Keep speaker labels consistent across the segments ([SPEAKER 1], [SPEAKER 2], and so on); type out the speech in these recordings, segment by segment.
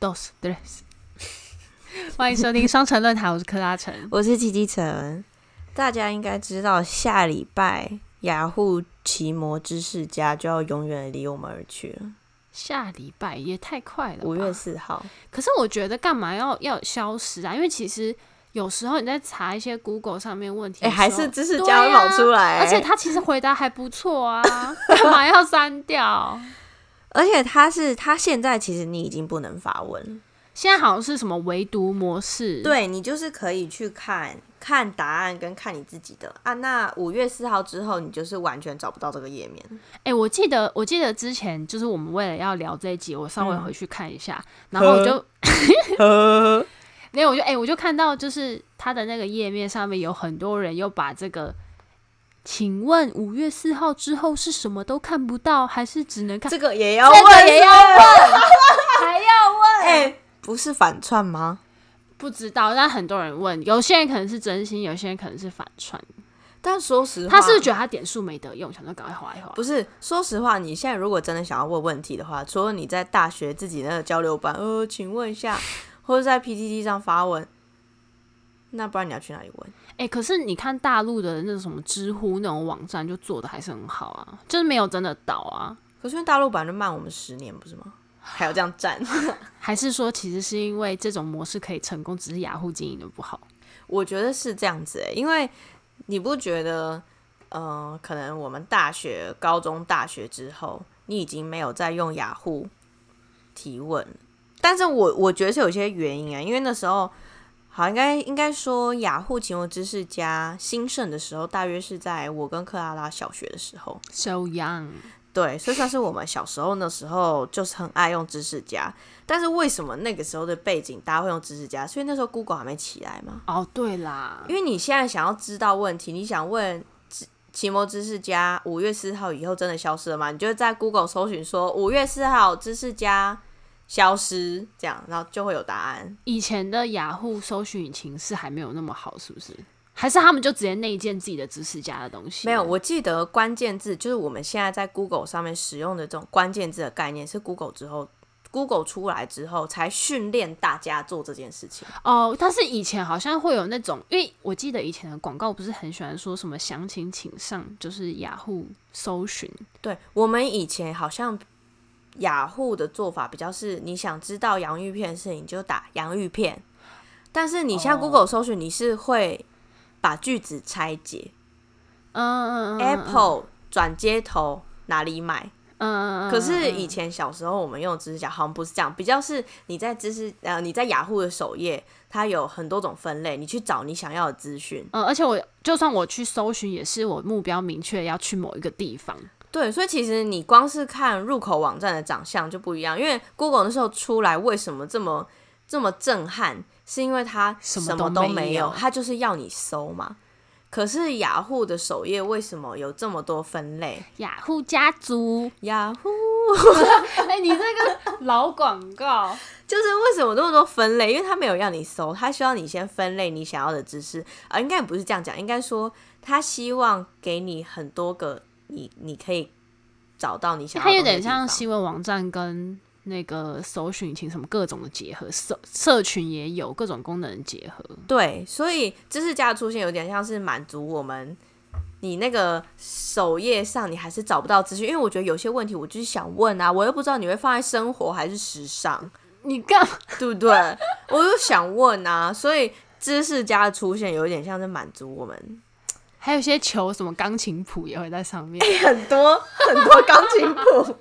[SPEAKER 1] dos tres。欢迎收听商城论坛，我是柯拉城。
[SPEAKER 2] 我是七七城，大家应该知道，下礼拜雅虎奇摩知识家就要永远离我们而去了，
[SPEAKER 1] 下礼拜也太快了吧，
[SPEAKER 2] 五月四号。
[SPEAKER 1] 可是我觉得干嘛要要消失啊？因为其实有时候你在查一些 Google 上面问题
[SPEAKER 2] 哎、
[SPEAKER 1] 的时候，
[SPEAKER 2] 还是知识家会跑出来、
[SPEAKER 1] 啊而且他其实回答还不错 啊，干嘛要删掉？
[SPEAKER 2] 而且他是他现在其实你已经不能发问，
[SPEAKER 1] 现在好像是什么唯独模式？，
[SPEAKER 2] 对你就是可以去看看答案跟看你自己的啊。那五月四号之后，你就是完全找不到这个页面。
[SPEAKER 1] 哎、我记得我记得之前就是我们为了要聊这一集，我稍微回去看一下，然后我就没有，我就哎、我就看到就是他的那个页面上面有很多人又把这个。请问五月四号之后是什么都看不到，还是只能看？
[SPEAKER 2] 这个也
[SPEAKER 1] 这
[SPEAKER 2] 要问，
[SPEAKER 1] 个也要
[SPEAKER 2] 问，
[SPEAKER 1] 还要问？
[SPEAKER 2] 哎、不是反串吗？
[SPEAKER 1] 不知道，但很多人问，有些人可能是真心，有些人可能是反串。
[SPEAKER 2] 但说实话，
[SPEAKER 1] 他是不是觉得他点数没得用，想说赶快划一划。
[SPEAKER 2] 不是，说实话，你现在如果真的想要问问题的话，除了你在大学自己那个交流班，呃，请问一下，或者在 PTT 上发问，那不然你要去哪里问？
[SPEAKER 1] 哎、可是你看大陆的那种什么知乎那种网站，就做的还是很好啊，就是没有真的倒啊。
[SPEAKER 2] 可是因为大陆版就慢我们十年，不是吗？还要这样站？
[SPEAKER 1] 还是说，其实是因为这种模式可以成功，只是雅虎经营的不好？
[SPEAKER 2] 我觉得是这样子、欸，因为你不觉得，呃，可能我们大学、高中、大学之后，你已经没有再用雅虎提问，但是我我觉得是有些原因啊，因为那时候。好，应该应该说雅虎奇摩知识家兴盛的时候，大约是在我跟克拉拉小学的时候。
[SPEAKER 1] So young，
[SPEAKER 2] 对，所以算是我们小时候那时候就是很爱用知识家。但是为什么那个时候的背景大家会用知识家？所以那时候 Google 还没起来嘛。
[SPEAKER 1] 哦，对啦，
[SPEAKER 2] 因为你现在想要知道问题，你想问知奇摩知识家五月四号以后真的消失了吗？你就在 Google 搜寻说五月四号知识家消失，这样然后就会有答案。
[SPEAKER 1] 以前的雅虎搜寻引擎是还没有那么好，是不是？还是他们就直接内建自己的知识家的东西？
[SPEAKER 2] 没有，我记得关键字就是我们现在在 Google 上面使用的这种关键字的概念，是 Google 之后 Google 出来之后才训练大家做这件事情。
[SPEAKER 1] 哦，但是以前好像会有那种，因为我记得以前的广告不是很喜欢说什么详情请上，就是雅虎搜寻。
[SPEAKER 2] 对我们以前好像雅虎的做法比较是，你想知道洋芋片的事情你就打洋芋片，但是你现在
[SPEAKER 1] 哦
[SPEAKER 2] Google 搜寻，你是会把句子拆解、
[SPEAKER 1] 嗯嗯嗯嗯
[SPEAKER 2] a p p l e 转接头哪里买？
[SPEAKER 1] 嗯嗯嗯嗯。
[SPEAKER 2] 可是以前小时候我们用的知识角好像不是这样，比较是你在知识呃你在雅虎的首页，它有很多种分类，你去找你想要的资讯。
[SPEAKER 1] 嗯，而且我就算我去搜寻，也是我目标明确要去某一个地方。
[SPEAKER 2] 对，所以其实你光是看入口网站的长相就不一样，因为 Google 那时候出来为什么这么这么震撼，是因为它
[SPEAKER 1] 什么
[SPEAKER 2] 什
[SPEAKER 1] 都
[SPEAKER 2] 么都
[SPEAKER 1] 没
[SPEAKER 2] 没
[SPEAKER 1] 有
[SPEAKER 2] 有，它就是要你搜嘛。可是雅虎的首页为什么有这么多分类？
[SPEAKER 1] 雅虎家族，
[SPEAKER 2] 雅虎
[SPEAKER 1] 哎、你这个老广告，
[SPEAKER 2] 就是为什么那么多分类？因为它没有让你搜，它希望你先分类你想要的知识啊、呃应该也不是这样讲，应该说它希望给你很多个你你可以找到你想要
[SPEAKER 1] 它
[SPEAKER 2] 的
[SPEAKER 1] 有
[SPEAKER 2] 东西
[SPEAKER 1] 点
[SPEAKER 2] 的地
[SPEAKER 1] 像
[SPEAKER 2] 方。
[SPEAKER 1] 新闻网站跟那个搜寻引擎什么各种的结合，社社群也有各种功能的结合。
[SPEAKER 2] 对，所以知识家的出现有点像是满足我们，你那个首页上你还是找不到资讯，因为我觉得有些问题我就是想问啊，我又不知道你会放在生活还是时尚，
[SPEAKER 1] 你干 嘛？
[SPEAKER 2] 对不对？我就想问啊，所以知识家的出现有点像是满足我们
[SPEAKER 1] 还有一些球什么钢琴谱也会在上面，
[SPEAKER 2] 很多很多钢琴谱。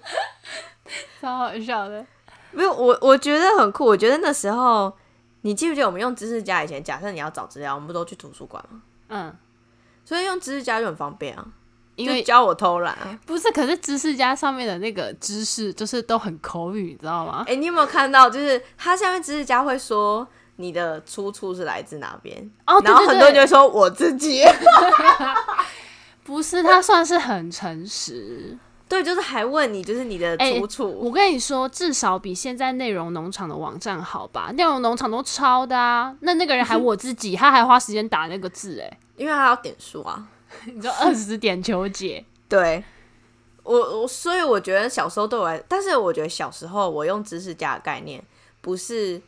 [SPEAKER 1] 超好笑
[SPEAKER 2] 嗯
[SPEAKER 1] 的。
[SPEAKER 2] 没有，我我觉得很酷，我觉得那时候。你记不记得我们用知识家以前，假设你要找资料，我们不都去图书馆吗？
[SPEAKER 1] 嗯，
[SPEAKER 2] 所以用知识家就很方便啊，
[SPEAKER 1] 因为
[SPEAKER 2] 就教我偷懒啊。
[SPEAKER 1] 不是，可是知识家上面的那个知识就是都很口语，你知道 吗？
[SPEAKER 2] 哎、你有没有看到？就是他下面知识家会说你的出处是来自哪边，
[SPEAKER 1] 哦，对
[SPEAKER 2] 然后
[SPEAKER 1] 对
[SPEAKER 2] 很多
[SPEAKER 1] 对
[SPEAKER 2] 人就会说我自己。
[SPEAKER 1] 不是，他算是很诚实。
[SPEAKER 2] 对，就是还问你，就是你的
[SPEAKER 1] 哎
[SPEAKER 2] 出处。
[SPEAKER 1] 我跟你说，至少比现在内容农场的网站好吧？内容农场都抄的啊。那那个人还我自己，他还花时间打那个字、哎，
[SPEAKER 2] 因为他要点数啊。
[SPEAKER 1] 你知道二十点求解，
[SPEAKER 2] 对，我我所以我觉得小时候对我来，但是我觉得小时候我用知识家的概念。不是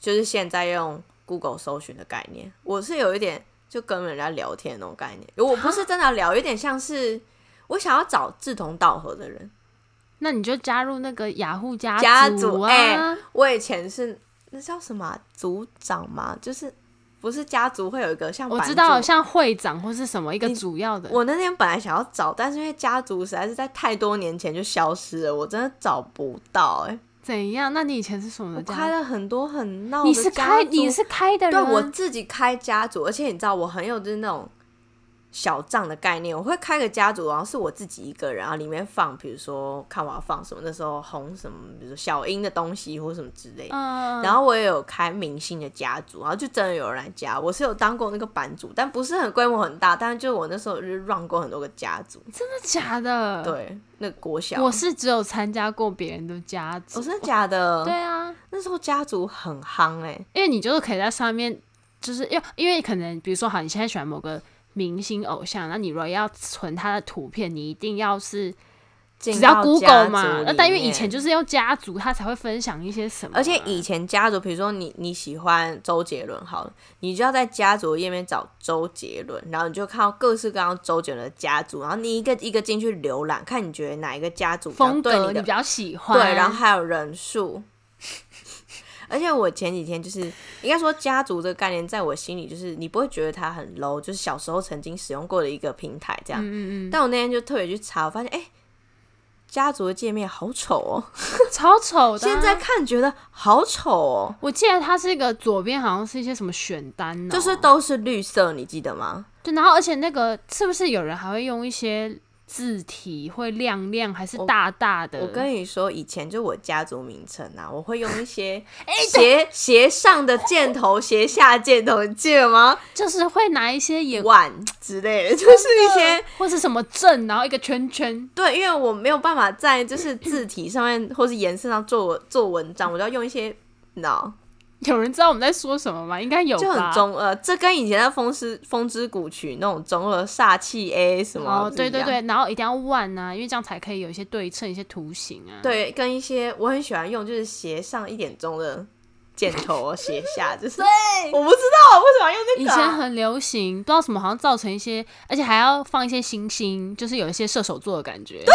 [SPEAKER 2] 就是现在用 Google 搜寻的概念，我是有一点就跟人家聊天的那种概念，我不是真的聊，有点像是我想要找志同道合的人。
[SPEAKER 1] 那你就加入那个雅虎家
[SPEAKER 2] 家
[SPEAKER 1] 族
[SPEAKER 2] 族
[SPEAKER 1] 啊，
[SPEAKER 2] 哎我以前是那叫什么啊、组长嘛，就是不是家族会有一个像
[SPEAKER 1] 我
[SPEAKER 2] 版
[SPEAKER 1] 知道，
[SPEAKER 2] 主
[SPEAKER 1] 像会长或是什么一个
[SPEAKER 2] 你
[SPEAKER 1] 主要的，
[SPEAKER 2] 我那天本来想要找，但是因为家族实在是在太多年前就消失了，我真的找不到、哎，
[SPEAKER 1] 怎样？那你以前是什么
[SPEAKER 2] 我
[SPEAKER 1] 家？
[SPEAKER 2] 开了很多很闹的
[SPEAKER 1] 你是开
[SPEAKER 2] 家族
[SPEAKER 1] 你是开的
[SPEAKER 2] 对
[SPEAKER 1] 人，
[SPEAKER 2] 我自己开家族，而且你知道我很有就是那种小账的概念，我会开个家族，然后是我自己一个人，然后里面放比如说看我要放什么，那时候红什么，比如说小英的东西或什么之类的。
[SPEAKER 1] 嗯，
[SPEAKER 2] 然后我也有开明星的家族，然后就真的有人来加，我是有当过那个版主，但不是很规模很大，但是就是我那时候就是 run 过很多个家族，
[SPEAKER 1] 真的假的？，
[SPEAKER 2] 对，那个国小，
[SPEAKER 1] 我是只有参加过别人的家族，
[SPEAKER 2] 我真的假的？
[SPEAKER 1] 对，啊，
[SPEAKER 2] 那时候家族很夯哎、
[SPEAKER 1] 因为你就是可以在上面，就是因为因为可能比如说好，你现在喜欢某个明星偶像，那你如果要存他的图片，你一定要是只
[SPEAKER 2] 只
[SPEAKER 1] 要 Google 嘛，呃那但因为以前就是用家族，他才会分享一些什么啊，
[SPEAKER 2] 而且以前家族，比如说你你喜欢周杰伦好了，你就要在家族页面找周杰伦，然后你就看到各式各样周杰伦的家族，然后你一个一个进去浏览，看你觉得哪一个家族比较
[SPEAKER 1] 风
[SPEAKER 2] 对
[SPEAKER 1] 格
[SPEAKER 2] 你
[SPEAKER 1] 你
[SPEAKER 2] 的
[SPEAKER 1] 比较喜欢，
[SPEAKER 2] 对，然后还有人数。而且我前几天就是，应该说家族这个概念，在我心里就是你不会觉得它很 low，就是小时候曾经使用过的一个平台这样。
[SPEAKER 1] 嗯嗯
[SPEAKER 2] 但我那天就特别去查，我发现哎、诶家族的界面好丑 哦、
[SPEAKER 1] 嗯，超丑的啊、
[SPEAKER 2] 现在看觉得好丑哦、
[SPEAKER 1] 我记得它是一个左边好像是一些什么选单、哦，
[SPEAKER 2] 就是都是绿色，你记得吗？
[SPEAKER 1] 对，然后而且那个是不是有人还会用一些字体会亮亮还是大大的？
[SPEAKER 2] 我跟你说，以前就我家族名称啊，我会用 一些
[SPEAKER 1] 哎对
[SPEAKER 2] 斜斜上的箭头、斜下箭头，你记 得吗？
[SPEAKER 1] 就是会拿一些眼
[SPEAKER 2] 碗之类的，就是一些
[SPEAKER 1] 或是什么阵，然后一个圈圈，
[SPEAKER 2] 对，因为我没有办法在就是字体上面或是颜色上做做文章，我就要用一些脑
[SPEAKER 1] 有人知道我们在说什么吗？应该有吧，
[SPEAKER 2] 就很中二。这跟以前的风之风之谷曲那种中二煞气 A 什么
[SPEAKER 1] 哦，
[SPEAKER 2] 啊不
[SPEAKER 1] 对
[SPEAKER 2] 一
[SPEAKER 1] 对
[SPEAKER 2] 样
[SPEAKER 1] 对，然后一定要弯啊，因为这样才可以有一些对称、一些图形啊。，
[SPEAKER 2] 对，跟一些我很喜欢用就是斜上一点钟的箭头哦斜下，就是我不知道为什么要用
[SPEAKER 1] 以
[SPEAKER 2] 这个
[SPEAKER 1] 前
[SPEAKER 2] 啊、
[SPEAKER 1] 很流行，不知道什么，好像造成一些，而且还要放一些星星，就是有一些射手座的感觉。对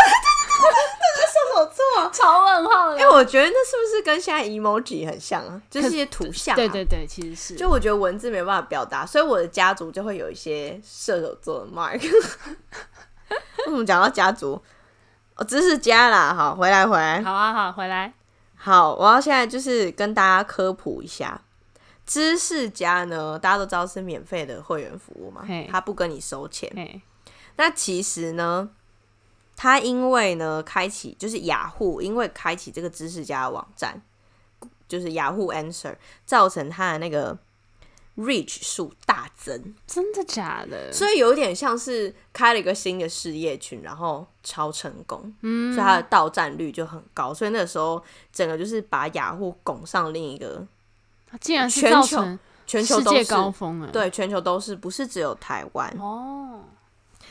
[SPEAKER 2] 射手座。
[SPEAKER 1] 超问号的
[SPEAKER 2] 哎、我觉得那是不是跟现在 emoji 很像啊？就是一些图像、啊。
[SPEAKER 1] 对对对，其实是
[SPEAKER 2] 就我觉得文字没有办法表达，所以我的家族就会有一些射手座的 mark。为什么讲到家族？哦，知识家啦，好，回来回来，
[SPEAKER 1] 好啊好，回来。
[SPEAKER 2] 好，我要现在就是跟大家科普一下，知识家呢，大家都知道是免费的会员服务嘛
[SPEAKER 1] 嘿，
[SPEAKER 2] 他不跟你收钱。
[SPEAKER 1] 哎，
[SPEAKER 2] 那其实呢，他因为呢开启就是雅虎，因为开启这个知识家的网站，就是雅虎 Answer，造成他的那个 reach 数大增，
[SPEAKER 1] 真的假的？
[SPEAKER 2] 所以有点像是开了一个新的事业群，然后超成功，嗯，所以他的到站率就很高，所以那个时候整个就是把雅虎拱上另一个
[SPEAKER 1] 它竟然是
[SPEAKER 2] 全
[SPEAKER 1] 造
[SPEAKER 2] 球
[SPEAKER 1] 成
[SPEAKER 2] 全球
[SPEAKER 1] 世
[SPEAKER 2] 都
[SPEAKER 1] 界
[SPEAKER 2] 是
[SPEAKER 1] 高峰了。，
[SPEAKER 2] 对全球都是，不是只有台湾，
[SPEAKER 1] 哦，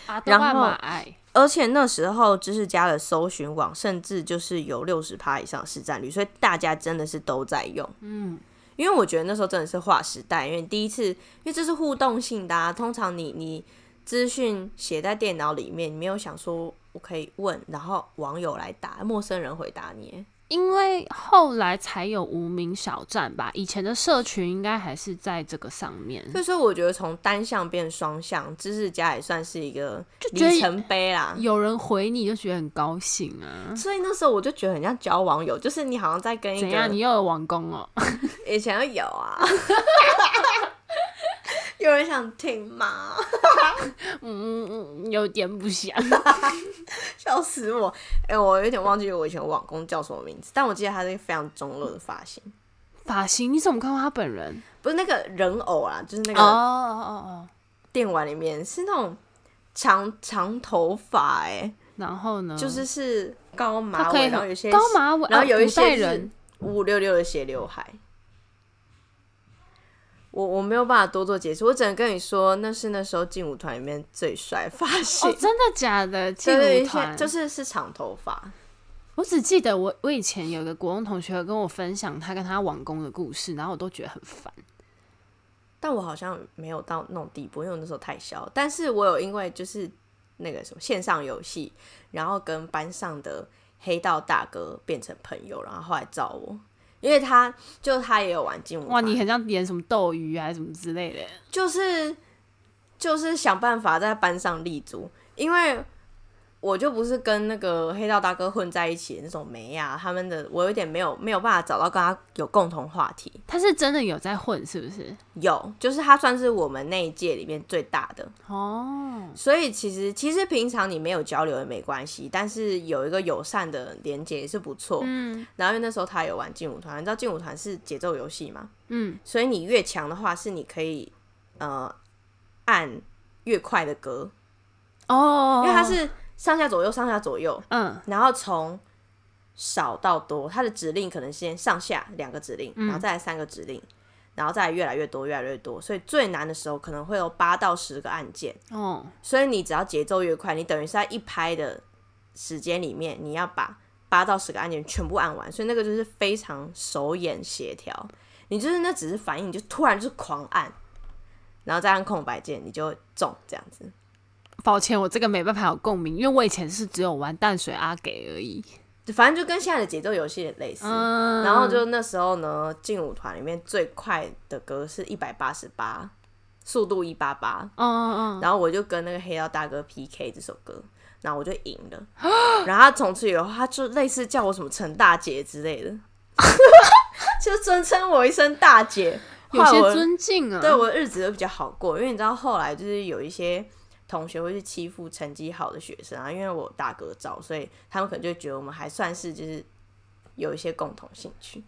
[SPEAKER 1] 阿德
[SPEAKER 2] 然
[SPEAKER 1] 万
[SPEAKER 2] 后
[SPEAKER 1] 马爱，
[SPEAKER 2] 而且那时候知识家的搜寻网甚至就是有六十趴以上的市占率，所以大家真的是都在用。
[SPEAKER 1] 嗯，
[SPEAKER 2] 因为我觉得那时候真的是划时代，因为第一次，因为这是互动性的、啊，通常你你资讯写在电脑里面，你没有想说我可以问，然后网友来答，陌生人回答你。
[SPEAKER 1] 因为后来才有无名小站吧，以前的社群应该还是在这个上面，
[SPEAKER 2] 所以说，我觉得从单向变双向，知识家也算是一个
[SPEAKER 1] 觉得
[SPEAKER 2] 里程碑啦。
[SPEAKER 1] 有人回你就觉得很高兴啊。
[SPEAKER 2] 所以那时候我就觉得很像交网友，就是你好像在跟一
[SPEAKER 1] 怎
[SPEAKER 2] 个
[SPEAKER 1] 样？你又有网工哦？
[SPEAKER 2] 以前都有 啊。有人想听吗？
[SPEAKER 1] 嗯嗯嗯，有点不想。
[SPEAKER 2] 笑死我！哎、我有点忘记我以前网工叫什么名字，但我记得他是一个非常中二的发型，
[SPEAKER 1] 发型你怎么看过他本人？
[SPEAKER 2] 不是那个人偶啦，就是那
[SPEAKER 1] 哦
[SPEAKER 2] 个
[SPEAKER 1] 哦哦，
[SPEAKER 2] 电玩里面是那种长长头发，哎，
[SPEAKER 1] 然后呢？
[SPEAKER 2] 就是是高
[SPEAKER 1] 他
[SPEAKER 2] 马
[SPEAKER 1] 嗯可以
[SPEAKER 2] 尾，然后有些
[SPEAKER 1] 高马尾，
[SPEAKER 2] 然后
[SPEAKER 1] 哦
[SPEAKER 2] 有一
[SPEAKER 1] 古
[SPEAKER 2] 些
[SPEAKER 1] 代
[SPEAKER 2] 就是
[SPEAKER 1] 人
[SPEAKER 2] 五五六六的斜刘海。我我没有办法多做解释，我只能跟你说，那是那时候劲舞团里面最帅的发型
[SPEAKER 1] 哦，。真的假的？劲
[SPEAKER 2] 对对，
[SPEAKER 1] 舞
[SPEAKER 2] 一些
[SPEAKER 1] 团
[SPEAKER 2] 就是是长头发，
[SPEAKER 1] 我只记得我我以前有一个国中同学跟我分享他跟他网工的故事，然后我都觉得很烦。
[SPEAKER 2] 但我好像没有到那种地步，因为我那时候太小。但是我有因为就是那个什么线上游戏，然后跟班上的黑道大哥变成朋友，然后后来找我，因为他就他也有玩金武
[SPEAKER 1] 哇，你很像演什么斗鱼啊，什么之类的。
[SPEAKER 2] 就是就是想办法在班上立足，因为我就不是跟那个黑道大哥混在一起的那种梅啊，他们的我有点没有没有办法找到跟他有共同话题。
[SPEAKER 1] 他是真的有在混，是不是？
[SPEAKER 2] 有，就是他算是我们那一届里面最大的，
[SPEAKER 1] 哦，
[SPEAKER 2] 所以其实其实平常你没有交流也没关系，但是有一个友善的连接也是不错。
[SPEAKER 1] 嗯
[SPEAKER 2] 然后因为那时候他有玩劲舞团，你知道劲舞团是节奏游戏吗？
[SPEAKER 1] 嗯，
[SPEAKER 2] 所以你越强的话，是你可以呃按越快的歌，
[SPEAKER 1] 哦，
[SPEAKER 2] 因为它是上下左右上下左右，
[SPEAKER 1] 嗯
[SPEAKER 2] 然后从少到多，它的指令可能先上下两个指令，
[SPEAKER 1] 嗯
[SPEAKER 2] 然后再来三个指令，然后再来越来越多越来越多，所以最难的时候可能会有八到十个按键，
[SPEAKER 1] 哦，
[SPEAKER 2] 所以你只要节奏越快，你等于是在一拍的时间里面，你要把八到十个按键全部按完，所以那个就是非常手眼协调。你就是那只是反应，你就突然就是狂按，然后再按空白键，你就中这样子。
[SPEAKER 1] 抱歉，我这个没办法有共鸣，因为我以前是只有玩淡水阿给而已。
[SPEAKER 2] 反正就跟现在的节奏游戏也类似。
[SPEAKER 1] 嗯，
[SPEAKER 2] 然后就那时候呢，劲舞团里面最快的歌是一百八十八，速度一八八。
[SPEAKER 1] 嗯嗯嗯，
[SPEAKER 2] 然后我就跟那个黑道大哥 PK 这首歌，然后我就赢 了。然后他从此以后，他就类似叫我什么陈大姐之类的， 就尊称我一声大姐。
[SPEAKER 1] 有
[SPEAKER 2] 后来
[SPEAKER 1] 些
[SPEAKER 2] 我
[SPEAKER 1] 尊敬啊。
[SPEAKER 2] 对我的日子就比较好过，因为你知道后来就是有一些同学会去欺负成绩好的学生啊，因为我有大哥照，所以他们可能就觉得我们还算是就是有一些共同兴趣。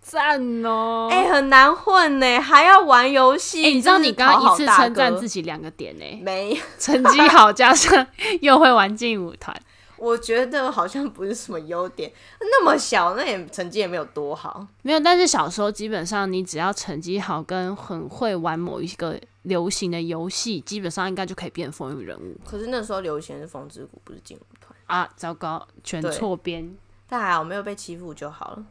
[SPEAKER 1] 赞哦。
[SPEAKER 2] 哎、很难混呢，还要玩游戏。
[SPEAKER 1] 哎你知道你刚刚一次称赞自己
[SPEAKER 2] 己
[SPEAKER 1] 两个点呢、
[SPEAKER 2] 没？
[SPEAKER 1] 成绩好加上又会玩劲舞团，
[SPEAKER 2] 我觉得好像不是什么优点。那么小，那也成绩也没有多好。
[SPEAKER 1] 没有。但是小时候基本上你只要成绩好跟很会玩某一个流行的游戏，基本上应该就可以变风云人物
[SPEAKER 2] 可是那时候流行的是风之谷，不是劲舞团。
[SPEAKER 1] 啊！糟糕，全
[SPEAKER 2] 对
[SPEAKER 1] 错边。
[SPEAKER 2] 但还好没有被欺负就好了。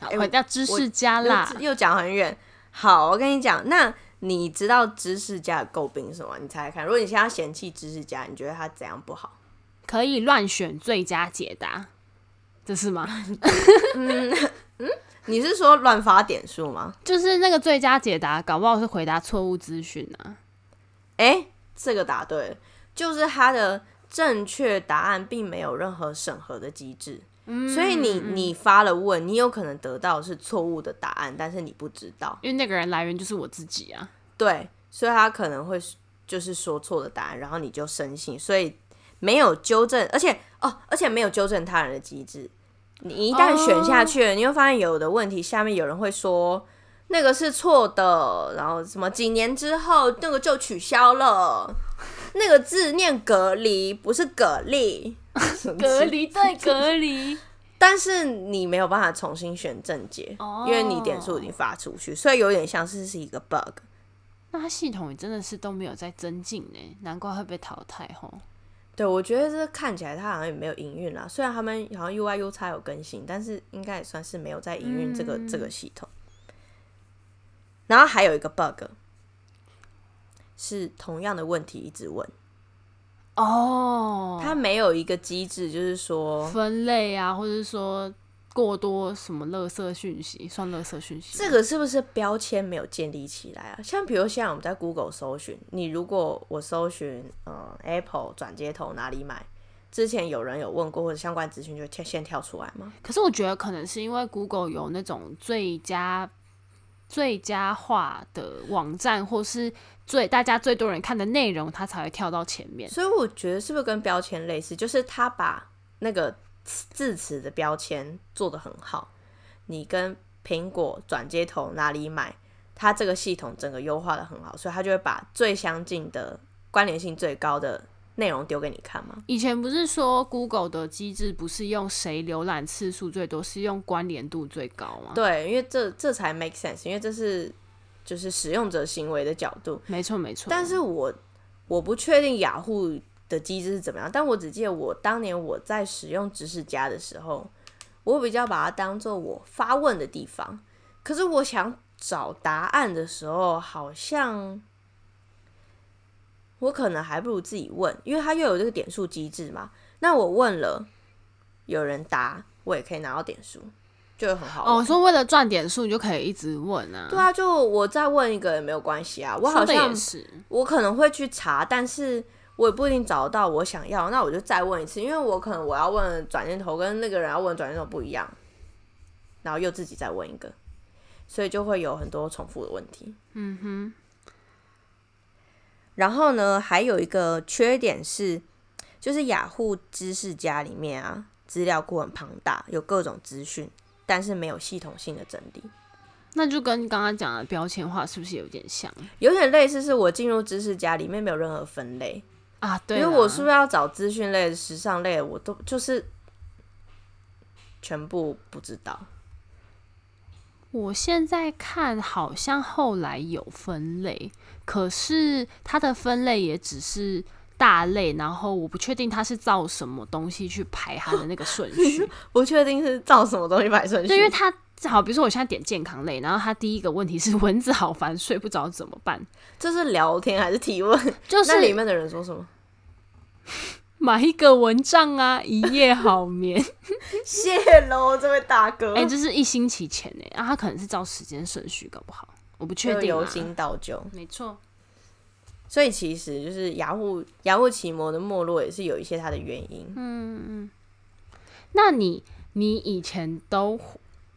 [SPEAKER 1] 好
[SPEAKER 2] 哎
[SPEAKER 1] 回到知识家啊啦，
[SPEAKER 2] 又又讲很远。好，我跟你讲，那你知道知识家的诟病是什么？你猜猜看，如果你现在要嫌弃知识家，你觉得他怎样不好？
[SPEAKER 1] 可以乱选最佳解答，这是吗？
[SPEAKER 2] 你是说乱发点数吗？
[SPEAKER 1] 就是那个最佳解答，搞不好是回答错误资讯啊。
[SPEAKER 2] 哎、这个答对了，就是他的正确答案并没有任何审核的机制。所以你你发了问，你有可能得到的是错误的答案，但是你不知道，
[SPEAKER 1] 因为那个人来源就是我自己啊。
[SPEAKER 2] 对，所以他可能会就是说错的答案，然后你就生信，所以没有纠正，而且哦，而且没有纠正他人的机制。你一旦选下去了你会发现有的问题下面有人会说那个是错的，然后什么几年之后那个就取消了，那个字念隔离不是蛤蜊，什么之类的
[SPEAKER 1] 离 对隔离，
[SPEAKER 2] 但是你没有办法重新选正解，
[SPEAKER 1] 哦
[SPEAKER 2] 因为你点数已经发出去，所以有点像是是一个 bug。
[SPEAKER 1] 那他系统也真的是都没有在增进呢，难怪会被淘汰吼。
[SPEAKER 2] 对，我觉得这看起来它好像也没有营运啦。虽然他们好像 UI U 叉有更新，但是应该也算是没有在营运这个、这个系统。然后还有一个 bug 是同样的问题一直问，
[SPEAKER 1] 哦，
[SPEAKER 2] 它没有一个机制，就是说
[SPEAKER 1] 分类啊，或者是说过多什么垃圾讯息，算垃圾讯息吗。
[SPEAKER 2] 这个是不是标签没有建立起来啊？像比如现在我们在 Google 搜寻，你如果我搜寻嗯 Apple 转接头哪里买，之前有人有问过或者相关资讯就跳先跳出来吗？
[SPEAKER 1] 可是我觉得可能是因为 Google 有那种最佳最佳化的网站，或是最大家最多人看的内容，它才会跳到前面。
[SPEAKER 2] 所以我觉得是不是跟标签类似，就是他把那个词字词的标签做得很好，你跟苹果转接头哪里买，它这个系统整个优化的很好，所以它就会把最相近的关联性最高的内容丢给你看吗？
[SPEAKER 1] 以前不是说 Google 的机制不是用谁浏览次数最多，是用关联度最高吗？，
[SPEAKER 2] 对，因为这这才 make sense，因为这是就是使用者行为的角度。
[SPEAKER 1] 没错没错。
[SPEAKER 2] 但是我我不确定雅虎的机制是怎么样，但我只记得我当年我在使用知识家的时候，我比较把它当做我发问的地方。可是我想找答案的时候，好像我可能还不如自己问，因为它又有这个点数机制嘛。那我问了，有人答，我也可以拿到点数，就很好玩。
[SPEAKER 1] 哦，说为了赚点数，你就可以一直问啊。
[SPEAKER 2] 对啊，就我再问一个也没有关系啊。我好
[SPEAKER 1] 说的
[SPEAKER 2] 像
[SPEAKER 1] 也是，
[SPEAKER 2] 我可能会去查，但是我也不一定找得到我想要，那我就再问一次，因为我可能我要问转念头跟那个人要问转念头不一样，然后又自己再问一个，所以就会有很多重复的问题。
[SPEAKER 1] 嗯哼，
[SPEAKER 2] 然后呢，还有一个缺点是，就是雅虎知识家里面啊，资料库很庞大，有各种资讯，但是没有系统性的整理。
[SPEAKER 1] 那就跟刚刚讲的标签化是不是有点像
[SPEAKER 2] 有点类似是我进入知识家里面没有任何分类，
[SPEAKER 1] 啊？对啦，
[SPEAKER 2] 因为我是不是要找资讯类、时尚类的，我都就是全部不知 道。
[SPEAKER 1] 我现在看好像后来有分类，可是它的分类也只是大类，然后我不确定它是照什么东西去排它的那个顺 序。
[SPEAKER 2] 不确定是照什么东西摆顺序，
[SPEAKER 1] 对，因为它好，比如说我现在点健康类，然后它第一个问题是蚊子好烦，睡不着怎么办？
[SPEAKER 2] 这是聊天还是提问？
[SPEAKER 1] 就
[SPEAKER 2] 那里
[SPEAKER 1] 是
[SPEAKER 2] 面的人说什么？
[SPEAKER 1] 买一个蚊帐啊，一夜好眠。
[SPEAKER 2] 谢喽，这位大哥，
[SPEAKER 1] 哎、这是一星期前哎、啊，它可能是照时间顺序，搞不好我不确
[SPEAKER 2] 就
[SPEAKER 1] 定、
[SPEAKER 2] 由
[SPEAKER 1] 啊。
[SPEAKER 2] 新到旧。
[SPEAKER 1] 没错，
[SPEAKER 2] 所以其实就是雅虎雅虎奇摩的没落也是有一些它的原因。
[SPEAKER 1] 那你你以前都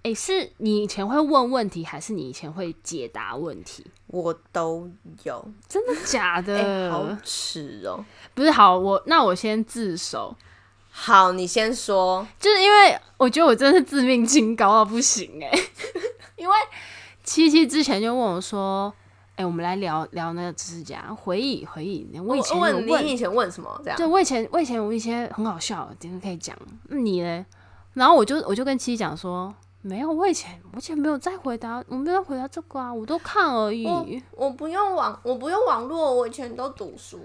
[SPEAKER 1] 诶、是你以前会问问题，还是你以前会解答问题？
[SPEAKER 2] 我都有，
[SPEAKER 1] 真的假的？
[SPEAKER 2] 哎、好耻哦、
[SPEAKER 1] 不是好，我那我先自首，
[SPEAKER 2] 好，你先说，
[SPEAKER 1] 就是因为我觉得我真的是自命清高到不行哎、因为 七七之前就问我说。哎、我们来聊聊那个知识家回忆回忆。我以前有
[SPEAKER 2] 问
[SPEAKER 1] 问
[SPEAKER 2] 你以前问什么这样？
[SPEAKER 1] 对，我以前我以前有一些很好笑的，等一下可以讲。那你呢？然后我就我就跟七讲说，没有，我以前我以前没有在回答，我没有在回答这个啊，我都看而已。
[SPEAKER 2] 我我不用网，我不用网络，我以前都读书。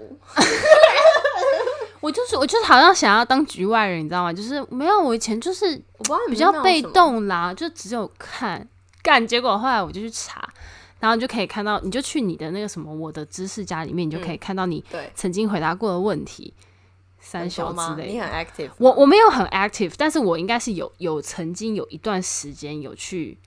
[SPEAKER 1] 我就是我就是好像想要当局外人，你知道吗？就是没有，我以前就是
[SPEAKER 2] 我不知道你
[SPEAKER 1] 比
[SPEAKER 2] 们
[SPEAKER 1] 较
[SPEAKER 2] 那种
[SPEAKER 1] 被
[SPEAKER 2] 什么，
[SPEAKER 1] 动啦，就只有看干。结果后来我就去查，然后你就可以看到，你就去你的那个什么我的知识家里面，你就
[SPEAKER 2] 嗯
[SPEAKER 1] 可以看到你
[SPEAKER 2] 对，
[SPEAKER 1] 曾经回答过的问题，三
[SPEAKER 2] 很
[SPEAKER 1] 小
[SPEAKER 2] 熟
[SPEAKER 1] 之
[SPEAKER 2] 吗？
[SPEAKER 1] 类的
[SPEAKER 2] 你。很 active，
[SPEAKER 1] 我
[SPEAKER 2] 吗
[SPEAKER 1] 我没有很 active，但是我应该是有有曾经有一段时间有去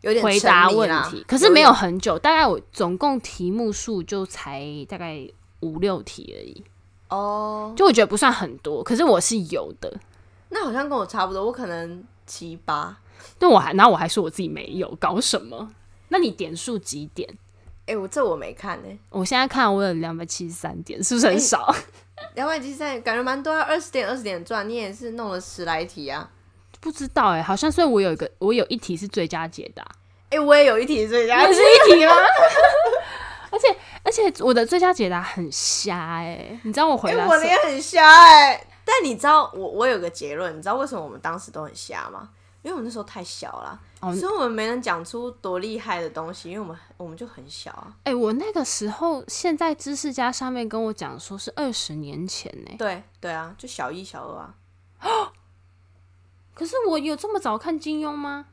[SPEAKER 2] 有点
[SPEAKER 1] 回答
[SPEAKER 2] 沉迷
[SPEAKER 1] 问
[SPEAKER 2] 啦
[SPEAKER 1] 题，可是没有
[SPEAKER 2] 点
[SPEAKER 1] 很久，大概我总共题目数就才大概五六题而已，
[SPEAKER 2] 哦，
[SPEAKER 1] 就我觉得不算很多，可是我是有的。
[SPEAKER 2] 那好像跟我差不多，我可能七八。
[SPEAKER 1] 但我还然后我还说我自己没有，搞什么？那你点数几点？
[SPEAKER 2] 哎、我这我没看呢、
[SPEAKER 1] 我现在看我有两百七十三点，是不是很少？
[SPEAKER 2] 两百七十三感觉蛮多、啊，二十点二十点赚，你也是弄了十来题啊。
[SPEAKER 1] 不知道哎、好像所以我有一个，我有一题是最佳解答，
[SPEAKER 2] 哎、我也有一题，所以大
[SPEAKER 1] 也
[SPEAKER 2] 家
[SPEAKER 1] 是一题吗？ 而且而且我的最佳解答很瞎哎、你知道我回
[SPEAKER 2] 哎、
[SPEAKER 1] 答
[SPEAKER 2] 我
[SPEAKER 1] 什
[SPEAKER 2] 的
[SPEAKER 1] 么
[SPEAKER 2] 也很瞎哎、但你知道我我有个结论，你知道为什么我们当时都很瞎吗？因为我们那时候太小了，
[SPEAKER 1] 哦
[SPEAKER 2] 所以我们没能讲出多厉害的东西，因为我们我们就很小啊。
[SPEAKER 1] 哎、我那个时候，现在知识家上面跟我讲说是二十年前欸呢、
[SPEAKER 2] 对对啊，就小一小二啊。
[SPEAKER 1] 可是我有这么早看金庸吗？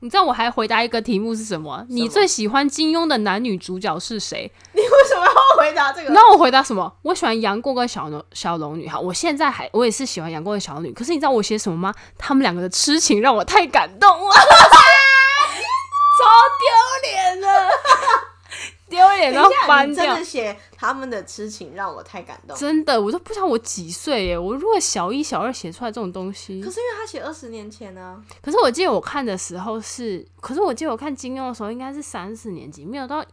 [SPEAKER 1] 你知道我还回答一个题目是什么？你最喜欢金庸的男女主角是谁？
[SPEAKER 2] 你为什么要回答 这个？
[SPEAKER 1] 然后我回答什么？我喜欢杨过跟小龙小龙女。好，我现在还我也是喜欢杨过跟小龙女。可是你知道我写什么吗？他们两个的痴情让我太感动了，超丢脸 的，丢脸
[SPEAKER 2] 等
[SPEAKER 1] 到
[SPEAKER 2] 一下，
[SPEAKER 1] 翻
[SPEAKER 2] 你真
[SPEAKER 1] 掉
[SPEAKER 2] 的。写他们的痴情让我太感动。
[SPEAKER 1] 真的，我都不知道我几岁耶！我如果小一、小二写出来这种东西，
[SPEAKER 2] 可是因为他写二十年前呢、
[SPEAKER 1] 可是我记得我看的时候是，可是我记得我看金庸的时候应该是三四年级，没有到
[SPEAKER 2] 啊，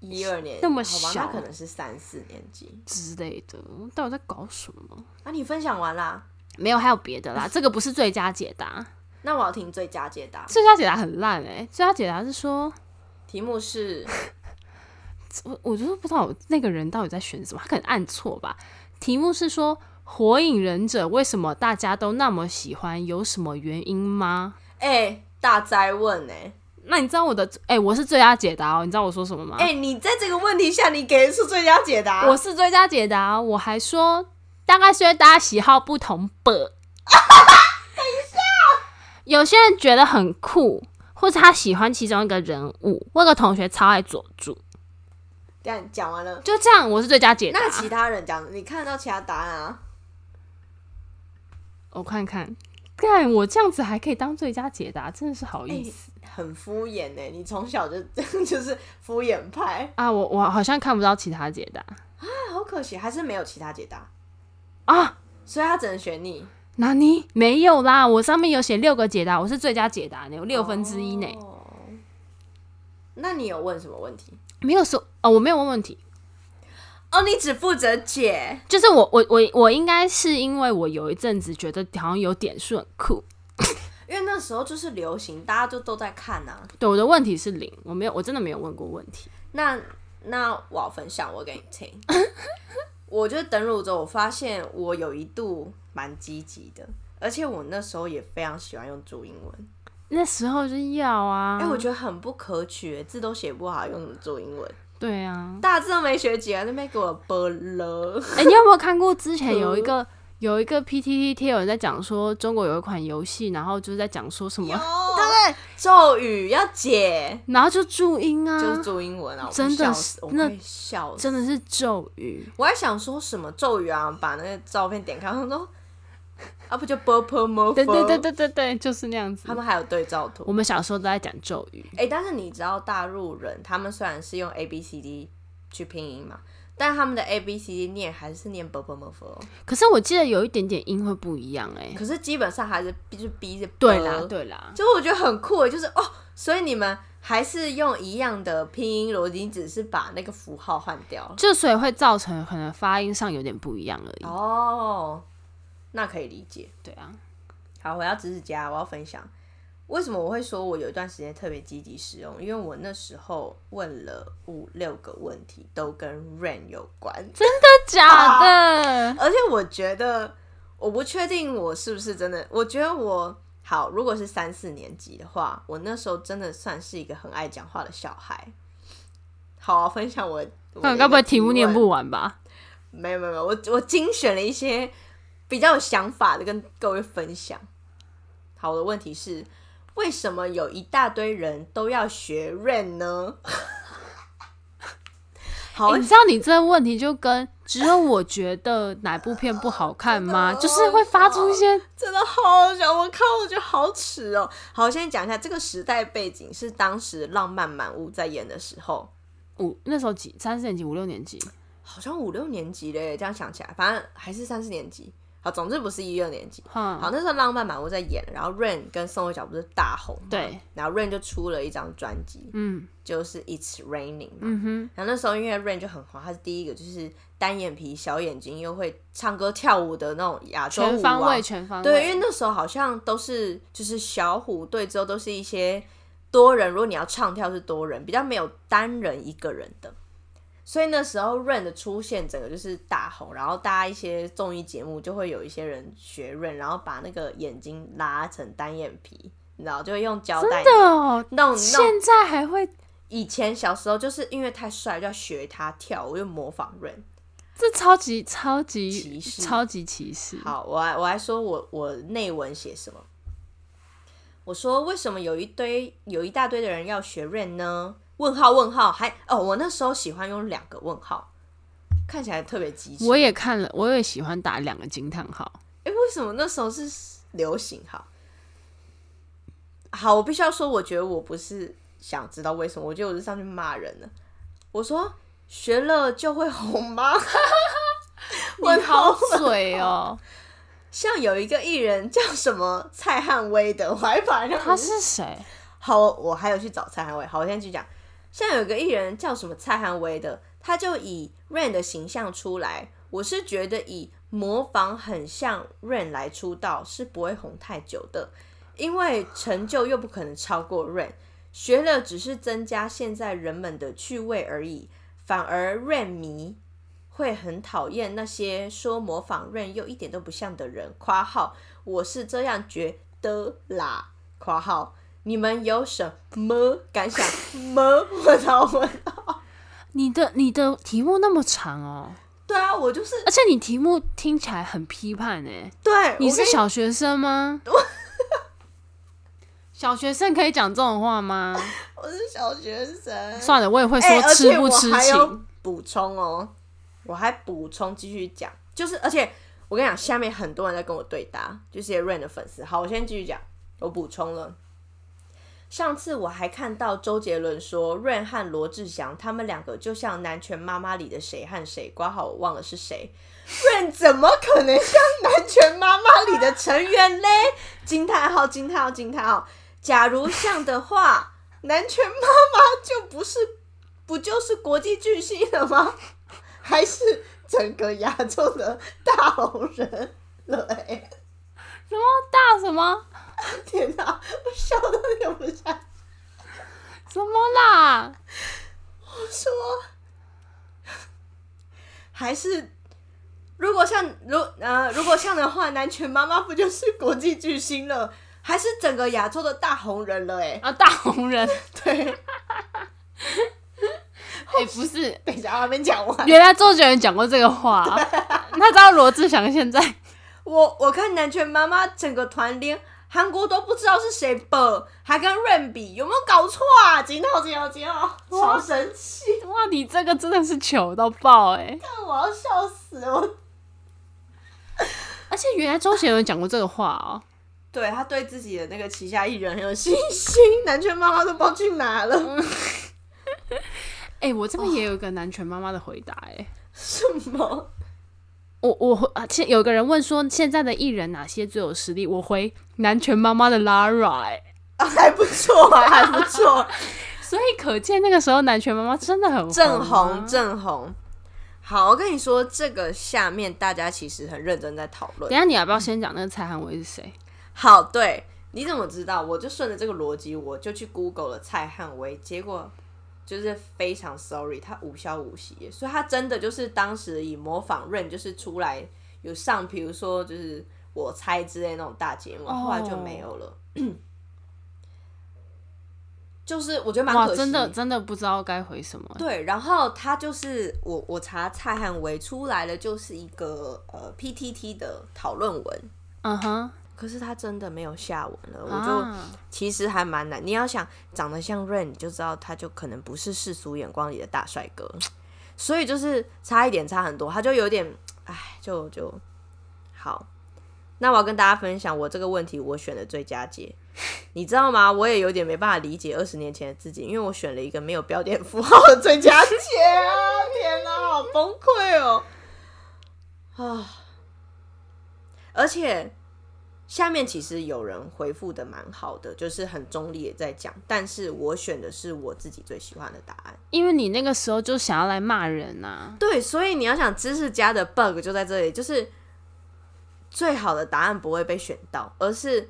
[SPEAKER 2] 一二年
[SPEAKER 1] 那么
[SPEAKER 2] 好吧，
[SPEAKER 1] 小
[SPEAKER 2] 那可能是三四年级。
[SPEAKER 1] 之类的。到底在搞什么？
[SPEAKER 2] 啊，你分享完啦，
[SPEAKER 1] 没有，还有别的啦。这个不是最佳解答，
[SPEAKER 2] 那我要听最佳解答，
[SPEAKER 1] 最佳解答很烂哎、最佳解答是说，
[SPEAKER 2] 题目是
[SPEAKER 1] 我我就是不知道我那个人到底在选什么，他可能按错吧。题目是说《火影忍者》为什么大家都那么喜欢，有什么原因吗？
[SPEAKER 2] 哎、大灾问哎、
[SPEAKER 1] 那你知道我的哎、我是最佳解答哦，你知道我说什么
[SPEAKER 2] 哎
[SPEAKER 1] 吗？
[SPEAKER 2] 哎、你在这个问题下，你给出最佳解答。
[SPEAKER 1] 哦我是最佳解答。我还说大概是因为大家喜好不同 吧。等一下，有些人觉得很酷，或是他喜欢其中一个人物。我有个同学超爱佐助，
[SPEAKER 2] 这样讲完了，
[SPEAKER 1] 就这样，我是最佳解答。
[SPEAKER 2] 那其他人讲，你看到其他答案啊？
[SPEAKER 1] 我看看，看我这样子还可以当最佳解答，真的是好意思、
[SPEAKER 2] 哎很敷衍呢、你从小就 就是敷衍派，
[SPEAKER 1] 啊！我我好像看不到其他解答
[SPEAKER 2] 那好可惜，还是没有其他解答，
[SPEAKER 1] 啊。
[SPEAKER 2] 所以他只能选你
[SPEAKER 1] 哪里没有啦？我上面有写六个解答，我是最佳解答呢，有六分之一呢。
[SPEAKER 2] 哦那你有问什么问题？
[SPEAKER 1] 没有说哦，我没有问问题，
[SPEAKER 2] 哦，你只负责解，
[SPEAKER 1] 就是我我我我应该是因为我有一阵子觉得好像有点数很酷，
[SPEAKER 2] 因为那时候就是流行，大家就都在看呐、啊。
[SPEAKER 1] 对我的问题是零，我没有我真的没有问过问题。
[SPEAKER 2] 那那我要分享，我给你听。 我就登录之后，我发现我有一度蛮积极的，而且我那时候也非常喜欢用注英文。
[SPEAKER 1] 那时候就要啊，
[SPEAKER 2] 哎、我觉得很不可取，字都写不好，用什么注英文？
[SPEAKER 1] 对啊，
[SPEAKER 2] 大字都没学几个，那边给我啵了。
[SPEAKER 1] 哎、你有没有看过之前
[SPEAKER 2] 嗯
[SPEAKER 1] 有一个有一个 PTT 贴有人在讲说中国有一款游戏，然后就是在讲说什么，
[SPEAKER 2] 对，咒语要解，
[SPEAKER 1] 然后就注音啊，
[SPEAKER 2] 就是注英文啊，我
[SPEAKER 1] 真的
[SPEAKER 2] 笑
[SPEAKER 1] 是
[SPEAKER 2] 死，我
[SPEAKER 1] 那
[SPEAKER 2] 会笑死。
[SPEAKER 1] 真的是咒语。
[SPEAKER 2] 我还想说什么咒语啊，把那个照片点开，他说啊不就 b p m
[SPEAKER 1] 对对对，对对对，就是那样子
[SPEAKER 2] 他。们还有对照 图
[SPEAKER 1] 我。们小时候都在讲咒语，
[SPEAKER 2] 哎、但是你知道大陆人他们虽然是用 A B C D 去拼音嘛，但他们的 A B C D 念还是念 b p m f，哦
[SPEAKER 1] 可是我记得有一点点音会不一样哎、
[SPEAKER 2] 可是基本上还是就是 B 是 b。
[SPEAKER 1] 对啦，对啦，
[SPEAKER 2] 就我觉得很酷耶，就是哦，所以你们还是用一样的拼音逻辑，只是把那个符号换掉了。
[SPEAKER 1] 就所以会造成可能发音上有点不一样而已。
[SPEAKER 2] 哦，那可以理解。
[SPEAKER 1] 对啊，
[SPEAKER 2] 好，回到知识家，我要分享为什么我会说我有一段时间特别积极使用，因为我那时候问了五六个问题，都跟 rain 有关，
[SPEAKER 1] 真的假的？
[SPEAKER 2] 而且我觉得我不确定我是不是真的，我觉得我。好，如果是三四年级的话，我那时候真的算是一个很爱讲话的小孩。好、啊，分享我。我
[SPEAKER 1] 那
[SPEAKER 2] 的
[SPEAKER 1] 你
[SPEAKER 2] 一
[SPEAKER 1] 该不
[SPEAKER 2] 个
[SPEAKER 1] 会题目念
[SPEAKER 2] 问
[SPEAKER 1] 不完吧？
[SPEAKER 2] 没有没有没有，我我精选了一些比较有想法的跟各位分享。好，我的问题是，为什么有一大堆人都要学 rain 呢？ 好
[SPEAKER 1] 欸，你知道你这个问题就跟只有我觉得哪部片不好看吗？
[SPEAKER 2] 真的
[SPEAKER 1] 就是会发出一些
[SPEAKER 2] 真的好小，我看我觉得好耻哦、好，我先讲一下这个时代背景是当时《浪漫满屋》在演的时候，
[SPEAKER 1] 五那时候几三四年级五六年级，
[SPEAKER 2] 好像五六年级嘞，这样想起来，反正还是三四年级。好，总之不是一六年级。好，
[SPEAKER 1] 哈，
[SPEAKER 2] 那时候浪漫满屋在演，然后 Rain 跟宋慧乔不是大红嘛，
[SPEAKER 1] 对，
[SPEAKER 2] 然后 Rain 就出了一张专辑，
[SPEAKER 1] 嗯
[SPEAKER 2] 就是 It's Raining 嘛。
[SPEAKER 1] 嗯哼，
[SPEAKER 2] 然后那时候因为 Rain 就很红，她是第一个就是单眼皮、小眼睛又会唱歌跳舞的那种亚洲舞
[SPEAKER 1] 全
[SPEAKER 2] 王。
[SPEAKER 1] 方位全方位，
[SPEAKER 2] 啊对，因为那时候好像都是就是小虎队之后都是一些多人，如果你要唱跳是多人，比较没有单人一个人的。所以那时候 Rain 的出现，整个就是大红，然后大家一些综艺节目就会有一些人学 Rain，然后把那个眼睛拉成单眼皮，你知道，就会用胶带
[SPEAKER 1] 真的哦，
[SPEAKER 2] 弄弄
[SPEAKER 1] 现在还会，
[SPEAKER 2] 以前小时候就是因为太帅，就要学他跳舞，就模仿 Rain。
[SPEAKER 1] 这超级超级
[SPEAKER 2] 歧视
[SPEAKER 1] 超级歧视，
[SPEAKER 2] 好，我还我还说我我内文写什么？我说为什么有一堆有一大堆的人要学 Rain 呢？问号问号还哦，我那时候喜欢用两个问号，看起来特别机智。
[SPEAKER 1] 我也看了，我也喜欢打两个惊叹 号，
[SPEAKER 2] 哎、为什么那时候是流行哈？好，我必须要说，我觉得我不是想知道为什么，我觉得我是上去骂人了。我说学了就会红吗？
[SPEAKER 1] 你好
[SPEAKER 2] 好
[SPEAKER 1] 嘴哦，
[SPEAKER 2] 像有一个艺人叫什么蔡汉威的，我还把那个
[SPEAKER 1] 他是谁？
[SPEAKER 2] 好，我还有去找蔡汉威。好，我先去讲，像有个艺人叫什么蔡汉威的，他就以 Rain 的形象出来，我是觉得以模仿很像 Rain 来出道是不会红太久的，因为成就又不可能超过 Rain，学了只是增加现在人们的趣味而已，反而 Rain 迷。会很讨厌那些说模仿 Rain 又一点都不像的人。（括号我是这样觉得啦。）（括号你们有什么 感想么？我操我！
[SPEAKER 1] 你的你的题目那么长哦，
[SPEAKER 2] 对啊，我就是
[SPEAKER 1] 而且你题目听起来很批判哎、
[SPEAKER 2] 对，
[SPEAKER 1] 你
[SPEAKER 2] 我
[SPEAKER 1] 是
[SPEAKER 2] 跟
[SPEAKER 1] 小学生吗？ 小学生可以讲这种话吗？
[SPEAKER 2] 我是小学生，
[SPEAKER 1] 算了，我也会
[SPEAKER 2] 哎
[SPEAKER 1] 说
[SPEAKER 2] 而
[SPEAKER 1] 吃
[SPEAKER 2] 且
[SPEAKER 1] 不
[SPEAKER 2] 我
[SPEAKER 1] 吃
[SPEAKER 2] 还有
[SPEAKER 1] 情。
[SPEAKER 2] 补充哦，我还补充继续讲，就是而且我跟你讲，下面很多人在跟我对答，就是些 Rain 的粉丝。好，我先继续讲，我补充了。上次我还看到周杰伦说，Rain 和罗志祥他们两个就像《南拳妈妈》里的谁和谁，挂号我忘了是谁。Rain 怎么可能像《南拳妈妈》里的成员嘞？ 惊叹号！惊叹号！惊叹号！假如像的话，《南拳妈妈》就不是不就是国际巨星了吗？ 还是整个亚洲的大红人了、欸？
[SPEAKER 1] 什么大什么
[SPEAKER 2] 天哪、我笑都流不下去。
[SPEAKER 1] 什么啦？
[SPEAKER 2] 我说，还是如果像如呃如果像的话，南拳妈妈不就是国际巨星了？还是整个亚洲的大红人了、欸？
[SPEAKER 1] 啊，大红 人？
[SPEAKER 2] 对，
[SPEAKER 1] 哎、不是，
[SPEAKER 2] 等一下，我还没讲完。
[SPEAKER 1] 原来周杰伦讲过这个 话、那知道罗志祥现在
[SPEAKER 2] 我我看南拳妈妈整个团连韩国都不知道是谁吧，还跟 Rain 比，有没有搞错啊？惊到惊到惊到，超神奇！
[SPEAKER 1] 哇，你这个真的是糗到爆哎、
[SPEAKER 2] 看我要笑死我。
[SPEAKER 1] 而且原来周杰伦讲过这个话哦、
[SPEAKER 2] 对他对自己的那个旗下艺人很有信心，南拳妈妈都不知道去哪了。
[SPEAKER 1] 哎、我这边也有一个南拳妈妈的回答哎、
[SPEAKER 2] 什么？
[SPEAKER 1] 我我回啊，现有个人问说现在的艺人哪些最有实力？我回南拳妈妈的 Lara，、欸、
[SPEAKER 2] 啊还不错啊，还不错，
[SPEAKER 1] 所以可见那个时候南拳妈妈真的很
[SPEAKER 2] 正
[SPEAKER 1] 红
[SPEAKER 2] 红
[SPEAKER 1] 啊。
[SPEAKER 2] 正红。好，我跟你说，这个下面大家其实很认真在讨论
[SPEAKER 1] 等一。下你要不要先讲那个蔡汉伟是谁？
[SPEAKER 2] 好，对，你怎么知道？我就顺着这个逻辑，我就去 Google 了蔡汉威，结果就是非常 sorry，他无消无息耶，所以他真的就是当时以模仿 Rain 就是出来有上，比如说就是我猜之类那种大节目，
[SPEAKER 1] 哦
[SPEAKER 2] 后来就没有了。 就是我觉得蛮
[SPEAKER 1] 哇，
[SPEAKER 2] 可惜
[SPEAKER 1] 真的真的不知道该回什么。
[SPEAKER 2] 对，然后他就是我我查蔡汉威出来了，就是一个呃 PTT 的讨论文，
[SPEAKER 1] 嗯哼，
[SPEAKER 2] 可是他真的没有下文了，我就。
[SPEAKER 1] 啊，
[SPEAKER 2] 其实还蛮难。你要想长得像 Rain，你就知道他就可能不是世俗眼光里的大帅哥，所以就是差一点差很多，他就有点，唉，就就好。那我要跟大家分享我这个问题，我选的最佳解， 你知道吗？我也有点没办法理解二十年前的自己，因为我选了一个没有标点符号的最佳解啊！ 天哪、好崩溃哦！ 啊，而且下面其实有人回复的蛮好的，就是很中立也在讲，但是我选的是我自己最喜欢的答案。
[SPEAKER 1] 因为你那个时候就想要来骂人呐、
[SPEAKER 2] 对，所以你要想知识家的 bug 就在这里，就是最好的答案不会被选到，而是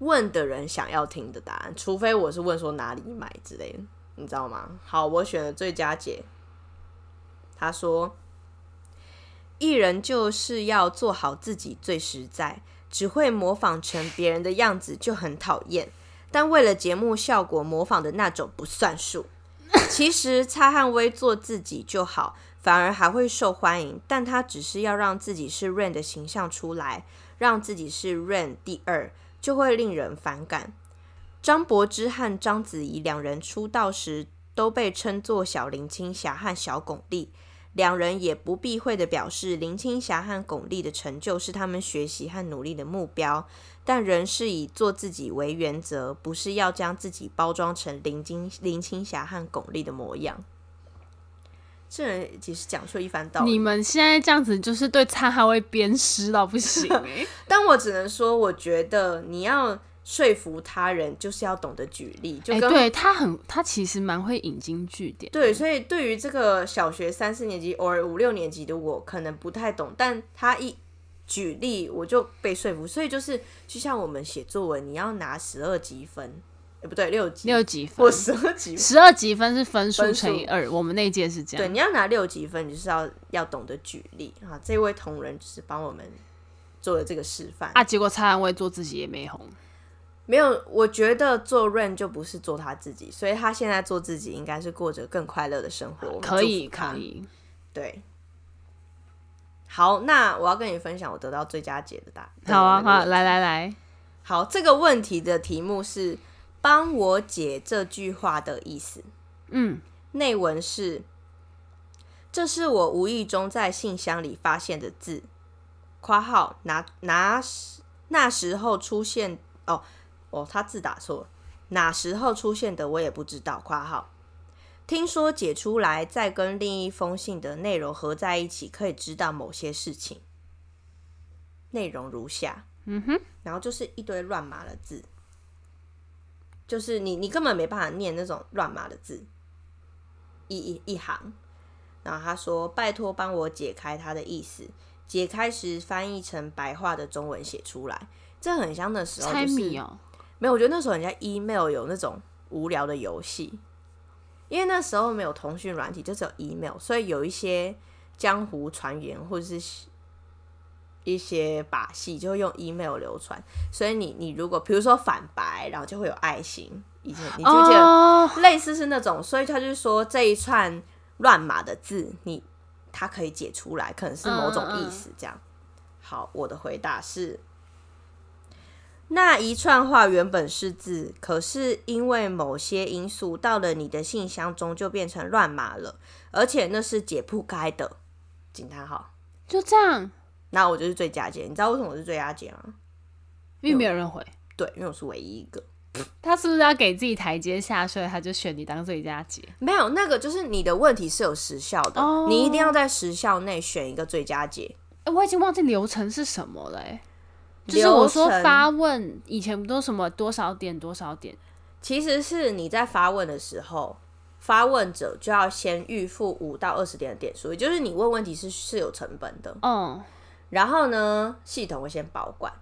[SPEAKER 2] 问的人想要听的答案，除非我是问说哪里买之类的，你知道吗？好，我选了最佳解，他说。艺人就是要做好自己最实在，只会模仿成别人的样子就很讨厌。但为了节目效果，模仿的那种不算数。其实蔡汉威做自己就好，反而还会受欢迎。但他只是要让自己是 Rain 的形象出来，让自己是 Rain 第二，就会令人反感。张柏芝和章子怡两人出道时都被称作小林青霞和小巩俐，两人也不避讳的表示，林青霞和巩俐的成就是他们学习和努力的目标，但仍是以做自己为原则，不是要将自己包装成林青林青霞和巩俐的模样。这人其实讲出一番道理。
[SPEAKER 1] 你们现在这样子就是对蔡汉伟鞭尸到不 行、欸。
[SPEAKER 2] 但我只能说，我觉得你要说服他人，就是要懂得举例，就
[SPEAKER 1] 哎、
[SPEAKER 2] 跟、
[SPEAKER 1] 对他很，他其实蛮会引经据典。
[SPEAKER 2] 对所以对于这个小学三四年级，偶尔五六年级的我，可能不太懂，但他一举例，我就被说服。所以就是，就像我们写作文，你要拿十二级分，哎，不对，六级，
[SPEAKER 1] 六级分
[SPEAKER 2] 我，十二级分，
[SPEAKER 1] 十二级分是分数
[SPEAKER 2] 分数
[SPEAKER 1] 乘以二，我们那一届是这
[SPEAKER 2] 对，
[SPEAKER 1] 样。
[SPEAKER 2] 你要拿六级分，你就是要要懂得举例啊。这位同仁就是帮我们做了这个示范
[SPEAKER 1] 啊，结果蔡汉伟做自己也没红。
[SPEAKER 2] 没有，我觉得做 Rain 就不是做他自己，所以他现在做自己应该是过着更快乐的生活。我们
[SPEAKER 1] 啊可以
[SPEAKER 2] 祝福他
[SPEAKER 1] 可，以，
[SPEAKER 2] 对。好，那我要跟你分享我得到最佳解的答
[SPEAKER 1] 好啊，
[SPEAKER 2] 的那个
[SPEAKER 1] 好，来来来，
[SPEAKER 2] 好，这个问题的题目是“帮我解这句话的意思
[SPEAKER 1] 嗯，”，
[SPEAKER 2] 内文是：“这是我无意中在信箱里发现的字。”（括号拿拿那时候出现哦哦，他字打错了，哪时候出现的我也不知道。）（括号听说解出来再跟另一封信的内容合在一起，可以知道某些事情。内容如下。
[SPEAKER 1] 嗯哼，
[SPEAKER 2] 然后就是一堆乱码的字，就是你你根本没办法念那种乱码的字，一一一行。然后他说：“拜托帮我解开他的意思。”解开时翻译成白话的中文写出来，这很像那时候
[SPEAKER 1] 猜
[SPEAKER 2] 就是
[SPEAKER 1] 谜哦、
[SPEAKER 2] 没有，我觉得那时候人家 email 有那种无聊的游戏，因为那时候没有通讯软体，就只有 email，所以有一些江湖传言或者是一些把戏，就会用 email 流传。所以你你如果比如说反白，然后就会有爱心，以前你记不记得？
[SPEAKER 1] 哦，
[SPEAKER 2] 类似是那种，所以他就是说这一串乱码的字，你它可以解出来，可能是某种意思这样。好，我的回答是，那一串话原本是字，可是因为某些因素到了你的信箱中就变成乱码了，而且那是解不开的。惊叹号！
[SPEAKER 1] 就这样，
[SPEAKER 2] 那我就是最佳解，你知道为什么我是最佳解吗？
[SPEAKER 1] 因为没有人回，
[SPEAKER 2] 对，因为我是唯一一个。
[SPEAKER 1] 他是不是要给自己台阶下，所以他就选你当最佳姐？
[SPEAKER 2] 没有，那个就是你的问题是有时效的，
[SPEAKER 1] 哦
[SPEAKER 2] 你一定要在时效内选一个最佳解。
[SPEAKER 1] 哎、我已经忘记流程是什么了、欸。就是我说
[SPEAKER 2] 流程
[SPEAKER 1] 发问，以前不都什么多少点多少点？
[SPEAKER 2] 其实是你在发问的时候，发问者就要先预付五到二十点的点数，也就是你问问题是是有成本的。
[SPEAKER 1] 嗯，
[SPEAKER 2] 然后呢，系统会先保管，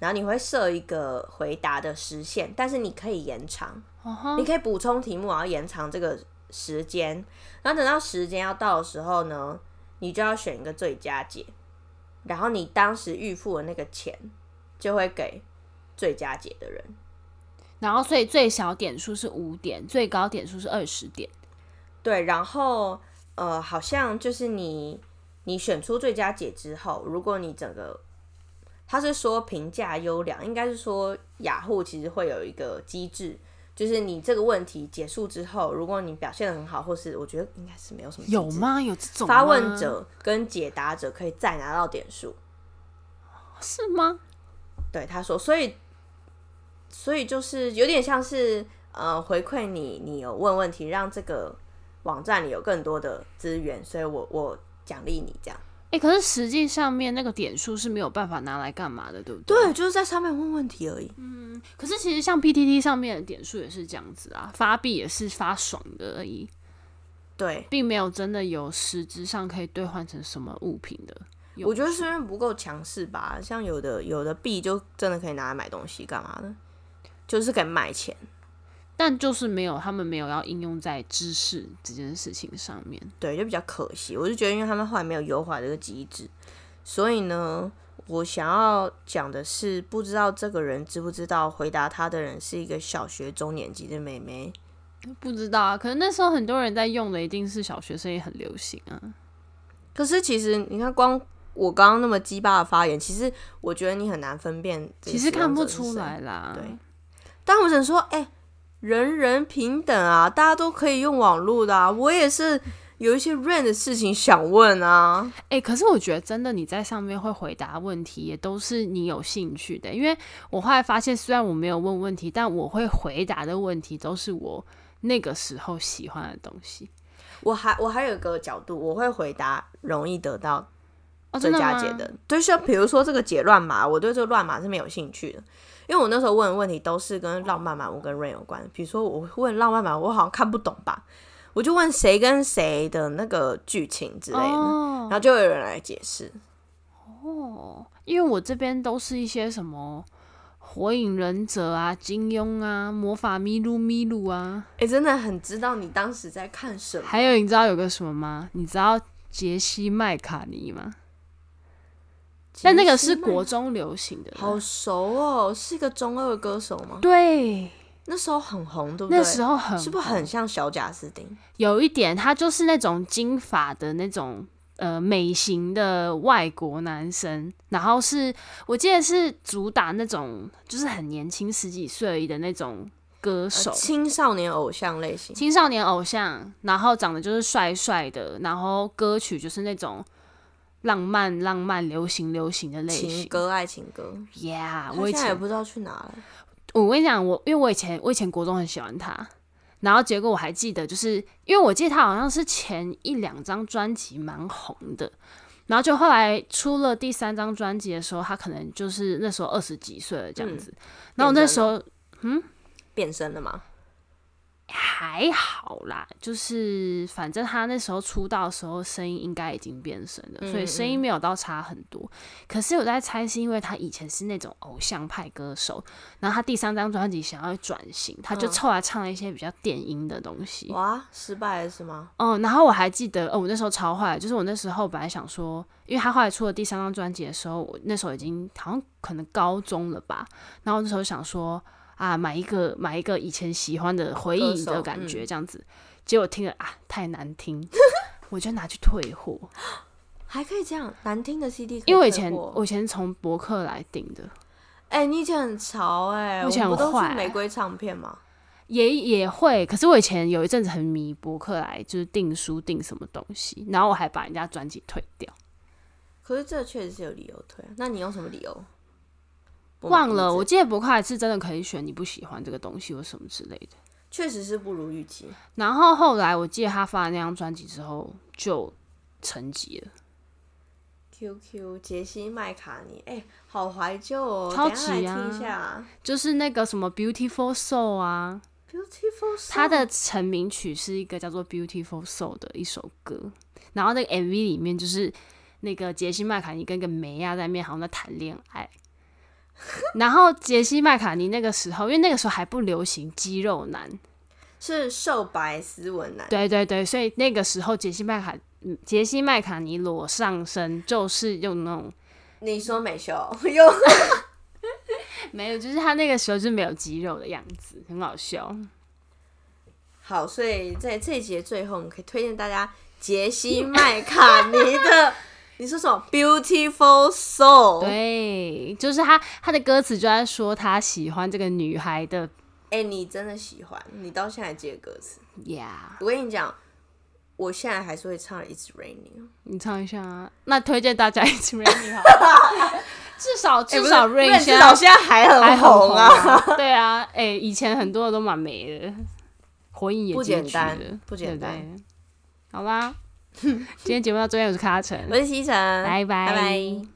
[SPEAKER 2] 然后你会设一个回答的时限，但是你可以延长，
[SPEAKER 1] 哦吼
[SPEAKER 2] 你可以补充题目，然后延长这个时间。然后等到时间要到的时候呢，你就要选一个最佳解，然后你当时预付的那个钱就会给最佳解的人。
[SPEAKER 1] 然后所以最小点数是五点，最高点数是二十点。
[SPEAKER 2] 对，然后呃，好像就是你你选出最佳解之后，如果你整个他是说评价优良，应该是说雅虎其实会有一个机制，就是你这个问题结束之后，如果你表现的很好，或是我觉得应该是没有什么机
[SPEAKER 1] 有
[SPEAKER 2] 制？
[SPEAKER 1] 吗？有这种
[SPEAKER 2] 发
[SPEAKER 1] 吗
[SPEAKER 2] 问者跟解答者可以再拿到点数。
[SPEAKER 1] 是吗？
[SPEAKER 2] 对，他说，所以，所以就是有点像是呃回馈你，你有问问题，让这个网站里有更多的资源，所以我我奖励你这样。
[SPEAKER 1] 哎、可是实际上面那个点数是没有办法拿来干嘛的，对不对？
[SPEAKER 2] 对，就是在上面问问题而已。
[SPEAKER 1] 可是其实像 PTT 上面的点数也是这样子啊，发币也是发爽的而已，
[SPEAKER 2] 对，
[SPEAKER 1] 并没有真的有实质上可以兑换成什么物品的用处。
[SPEAKER 2] 我觉得是因为不够强势吧，像有的有的币就真的可以拿来买东西干嘛的，就是可以卖钱。
[SPEAKER 1] 但就是没有他们没有要应用在知识这件事情上面。
[SPEAKER 2] 对，就比较可惜。我就觉得，因为他们后来没有优化这个机制，所以呢，我想要讲的是，不知道这个人知不知道回答他的人是一个小学中年级的妹妹。
[SPEAKER 1] 不知道啊，可能那时候很多人在用的，一定是小学生也很流行啊。
[SPEAKER 2] 可是其实你看，光我刚刚那么鸡巴的发言，其实我觉得你很难分辨，
[SPEAKER 1] 其实看不出。来啦。
[SPEAKER 2] 对，但我只能说，哎、人人平等啊，大家都可以用网络的啊。我也是有一些 r a n 的事情想问啊。
[SPEAKER 1] 哎、可是我觉得真的你在上面会回答问题，也都是你有兴趣的。因为我后来发现，虽然我没有问问题，但我会回答的问题都是我那个时候喜欢的东西。
[SPEAKER 2] 我还我还有一个角度，我会回答容易得到
[SPEAKER 1] 哦，
[SPEAKER 2] 最
[SPEAKER 1] 真的
[SPEAKER 2] 佳
[SPEAKER 1] 吗？
[SPEAKER 2] 解的，就是比如说这个解乱码，我对这个乱码是没有兴趣的，因为我那时候问的问题都是跟浪漫满屋跟 Rain 有关。比如说我问浪漫满屋，我好像看不懂吧，我就问谁跟谁的那个剧情之类的，然后就有人来解释。
[SPEAKER 1] 哦，因为我这边都是一些什么火影忍者啊、金庸啊、魔法咪噜咪噜啊，
[SPEAKER 2] 哎、真的很知道你当时在看什么。
[SPEAKER 1] 还有你知道有个什么吗？你知道杰西麦卡尼吗？但那个是国中流行的，
[SPEAKER 2] 好熟哦，是一个中二歌手吗？
[SPEAKER 1] 对，
[SPEAKER 2] 那时候很红，对不对？
[SPEAKER 1] 那时候很
[SPEAKER 2] 是不是很像小贾斯汀？
[SPEAKER 1] 有一点，他就是那种金发的那种呃美型的外国男生，然后是我记得是主打那种就是很年轻十几岁的那种歌手，
[SPEAKER 2] 呃青少年偶像类型，
[SPEAKER 1] 青少年偶像，然后长得就是帅帅的，然后歌曲就是那种浪漫浪漫、流行流行的类
[SPEAKER 2] 情
[SPEAKER 1] 型。
[SPEAKER 2] 歌、爱情歌。
[SPEAKER 1] Yeah，
[SPEAKER 2] 他
[SPEAKER 1] 我以
[SPEAKER 2] 现在也
[SPEAKER 1] 前
[SPEAKER 2] 不知道去哪了。
[SPEAKER 1] 我跟你讲，我因为我以前我以前国中很喜欢他，然后结果我还记得，就是因为我记得他好像是前一两张专辑蛮红的，然后就后来出了第三张专辑的时候，他可能就是那时候二十几岁了这样子。然后那时候
[SPEAKER 2] 变身了吗？
[SPEAKER 1] 还好啦，就是反正他那时候出道的时候声音应该已经变声了，所以声音没有到差很多。可是我在猜，是因为他以前是那种偶像派歌手，然后他第三张专辑想要转型，他就凑来唱了一些比较电音的东西。
[SPEAKER 2] 哇，失败了是吗？
[SPEAKER 1] 哦，然后我还记得，哦，我那时候超坏，就是我那时候本来想说，因为他后来出了第三张专辑的时候，我那时候已经好像可能高中了吧，然后我那时候想说啊，买一个买一个以前喜欢的回忆
[SPEAKER 2] 歌手嗯
[SPEAKER 1] 的感觉这样子，结果听了啊太难听， 我就拿去退货，
[SPEAKER 2] 还可以这样难听的 CD，可
[SPEAKER 1] 因为我以
[SPEAKER 2] 退
[SPEAKER 1] 前
[SPEAKER 2] 货
[SPEAKER 1] 我以前从博客来订的，
[SPEAKER 2] 哎、你以前很潮哎、
[SPEAKER 1] 我以前
[SPEAKER 2] 们不
[SPEAKER 1] 很
[SPEAKER 2] 都
[SPEAKER 1] 坏
[SPEAKER 2] 去玫瑰唱片吗？
[SPEAKER 1] 也也会，可是我以前有一阵子很迷博客来，就是订书订什么东西，然后我还把人家专辑退掉。
[SPEAKER 2] 可是这确实是有理由退啊，那你用什么理由？不满
[SPEAKER 1] 忘
[SPEAKER 2] 意
[SPEAKER 1] 了，
[SPEAKER 2] 这
[SPEAKER 1] 我记得博客还是真的可以选你不喜欢这个东西或什么之类的。
[SPEAKER 2] 确实是不如预期。
[SPEAKER 1] 然后后来我记得他发了那张专辑之后就沉寂了，
[SPEAKER 2] QQ 杰西麦卡尼，哎、好怀旧哦，
[SPEAKER 1] 超
[SPEAKER 2] 等一下来
[SPEAKER 1] 级啊
[SPEAKER 2] 听一下
[SPEAKER 1] 就是那个什么 Beautiful Soul 啊，
[SPEAKER 2] Beautiful Soul。
[SPEAKER 1] 他的成名曲是一个叫做 Beautiful Soul 的一首歌，然后那个 MV 里面就是那个杰西麦卡尼跟个梅亚在面好像在谈恋爱。然后杰西麦卡尼那个时候，因为那个时候还不流行肌肉男，
[SPEAKER 2] 是瘦白斯文男，
[SPEAKER 1] 对对对，所以那个时候杰西麦卡嗯杰西麦卡尼裸上身就是用那种
[SPEAKER 2] 你说美秀 又
[SPEAKER 1] 没有，就是他那个时候就是没有肌肉的样子，很好笑。
[SPEAKER 2] 好，所以在这一节最后，我们可以推荐大家杰西麦卡尼 的，你说什么 Beautiful Soul？
[SPEAKER 1] 对，就是他他的歌词就在说他喜欢这个女孩的
[SPEAKER 2] 哎、你真的喜欢，你到现在还记得歌词？
[SPEAKER 1] 呀
[SPEAKER 2] 我跟你讲，我现在还是会唱《It's Raining
[SPEAKER 1] 你唱一下啊。那推荐大家一起 Rain 好了至少》
[SPEAKER 2] 哎，
[SPEAKER 1] 至少
[SPEAKER 2] 不是
[SPEAKER 1] Rain
[SPEAKER 2] 至
[SPEAKER 1] 现
[SPEAKER 2] 少
[SPEAKER 1] 在
[SPEAKER 2] 现在还
[SPEAKER 1] 还
[SPEAKER 2] 很
[SPEAKER 1] 很
[SPEAKER 2] 红啊，
[SPEAKER 1] 啊。对啊，哎、以前很多的都蛮没的，火影也
[SPEAKER 2] 不
[SPEAKER 1] 结
[SPEAKER 2] 简
[SPEAKER 1] 局
[SPEAKER 2] 单
[SPEAKER 1] 了
[SPEAKER 2] 不简单
[SPEAKER 1] 对不对 好啦，今天节目到这边，我是卡晨，
[SPEAKER 2] 我是西城，
[SPEAKER 1] 拜拜
[SPEAKER 2] 拜拜